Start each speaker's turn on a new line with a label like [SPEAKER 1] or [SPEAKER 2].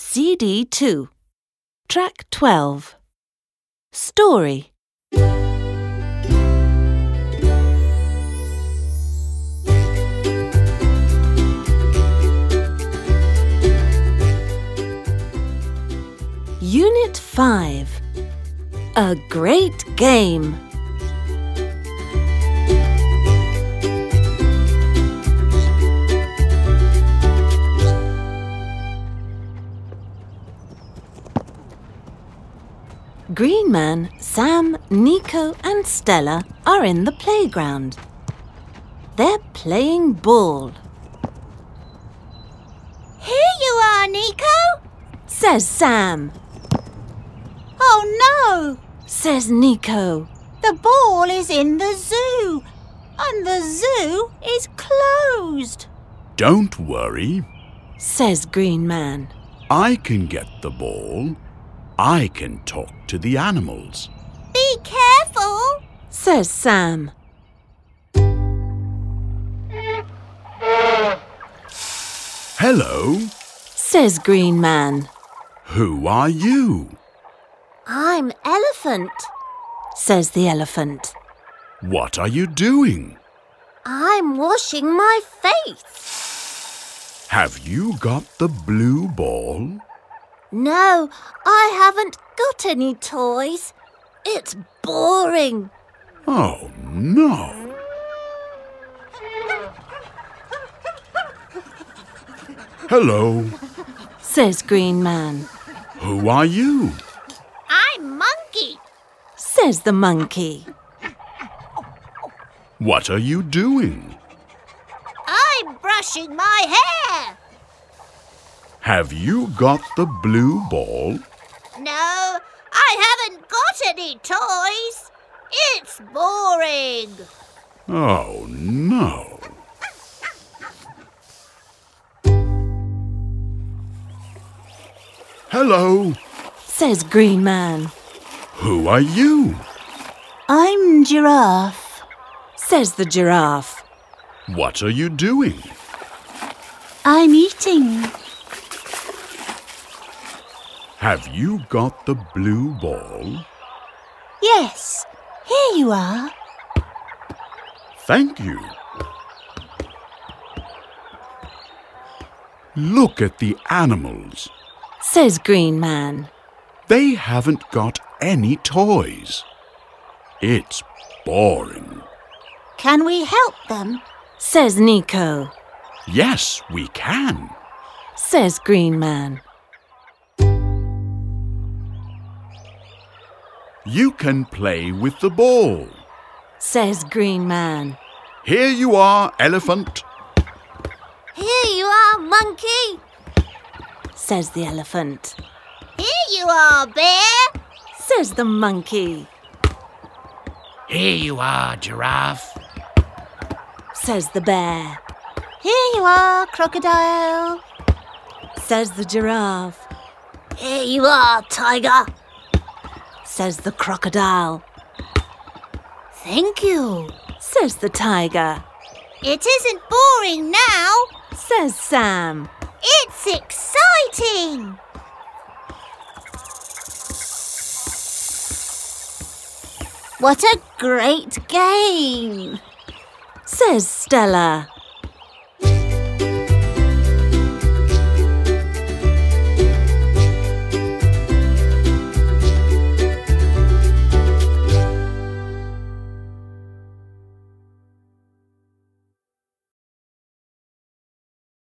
[SPEAKER 1] CD 2, Track 12. Story. Unit 5 A Great Game. Green Man, Sam, Nico, and Stella are in the playground. They're playing ball,
[SPEAKER 2] Here you are, Nico!
[SPEAKER 1] says Sam,
[SPEAKER 2] Oh no!
[SPEAKER 1] says Nico,
[SPEAKER 2] The ball is in the zoo, and the zoo is closed.
[SPEAKER 3] Don't worry,
[SPEAKER 1] says Green Man,
[SPEAKER 3] I can get the ball. I can talk to the animals.
[SPEAKER 2] Be careful!
[SPEAKER 1] says Sam,
[SPEAKER 3] Hello,
[SPEAKER 1] says Green Man,
[SPEAKER 3] who are you?
[SPEAKER 2] I'm elephant.
[SPEAKER 1] says the elephant,
[SPEAKER 3] What are you doing?
[SPEAKER 2] I'm washing my face.
[SPEAKER 3] Have you got the blue ball?
[SPEAKER 2] No, I haven't got any toys. It's boring.
[SPEAKER 3] Oh no. Hello,
[SPEAKER 1] says Green Man,
[SPEAKER 3] who are you?
[SPEAKER 2] I'm monkey.
[SPEAKER 1] says the monkey,
[SPEAKER 3] What are you doing?
[SPEAKER 2] I'm brushing my hair.
[SPEAKER 3] Have you got the blue ball?
[SPEAKER 2] No, I haven't got any toys. It's boring.
[SPEAKER 3] Oh no. Hello,
[SPEAKER 1] says Green Man,
[SPEAKER 3] who are you?
[SPEAKER 2] I'm giraffe.
[SPEAKER 1] says the giraffe,
[SPEAKER 3] What are you doing?
[SPEAKER 2] I'm eating.
[SPEAKER 3] Have you got the blue ball?
[SPEAKER 2] Yes, here you are.
[SPEAKER 3] Thank you. Look at the animals.
[SPEAKER 1] says Green Man,
[SPEAKER 3] They haven't got any toys. It's boring.
[SPEAKER 2] Can we help them?
[SPEAKER 1] says Nico,
[SPEAKER 3] Yes, we can.
[SPEAKER 1] says Green Man,
[SPEAKER 3] You can play with the ball.
[SPEAKER 1] says Green Man,
[SPEAKER 3] Here you are, elephant.
[SPEAKER 2] Here you are, monkey.
[SPEAKER 1] says the elephant,
[SPEAKER 2] Here you are, bear.
[SPEAKER 1] says the monkey,
[SPEAKER 3] Here you are, giraffe.
[SPEAKER 1] says the bear,
[SPEAKER 2] Here you are, crocodile.
[SPEAKER 1] says the giraffe,
[SPEAKER 2] Here you are, tiger.
[SPEAKER 1] says the crocodile,
[SPEAKER 2] Thank you.
[SPEAKER 1] says the tiger,
[SPEAKER 2] It isn't boring now.
[SPEAKER 1] says Sam,
[SPEAKER 2] It's exciting. What a great game.
[SPEAKER 1] says Stella,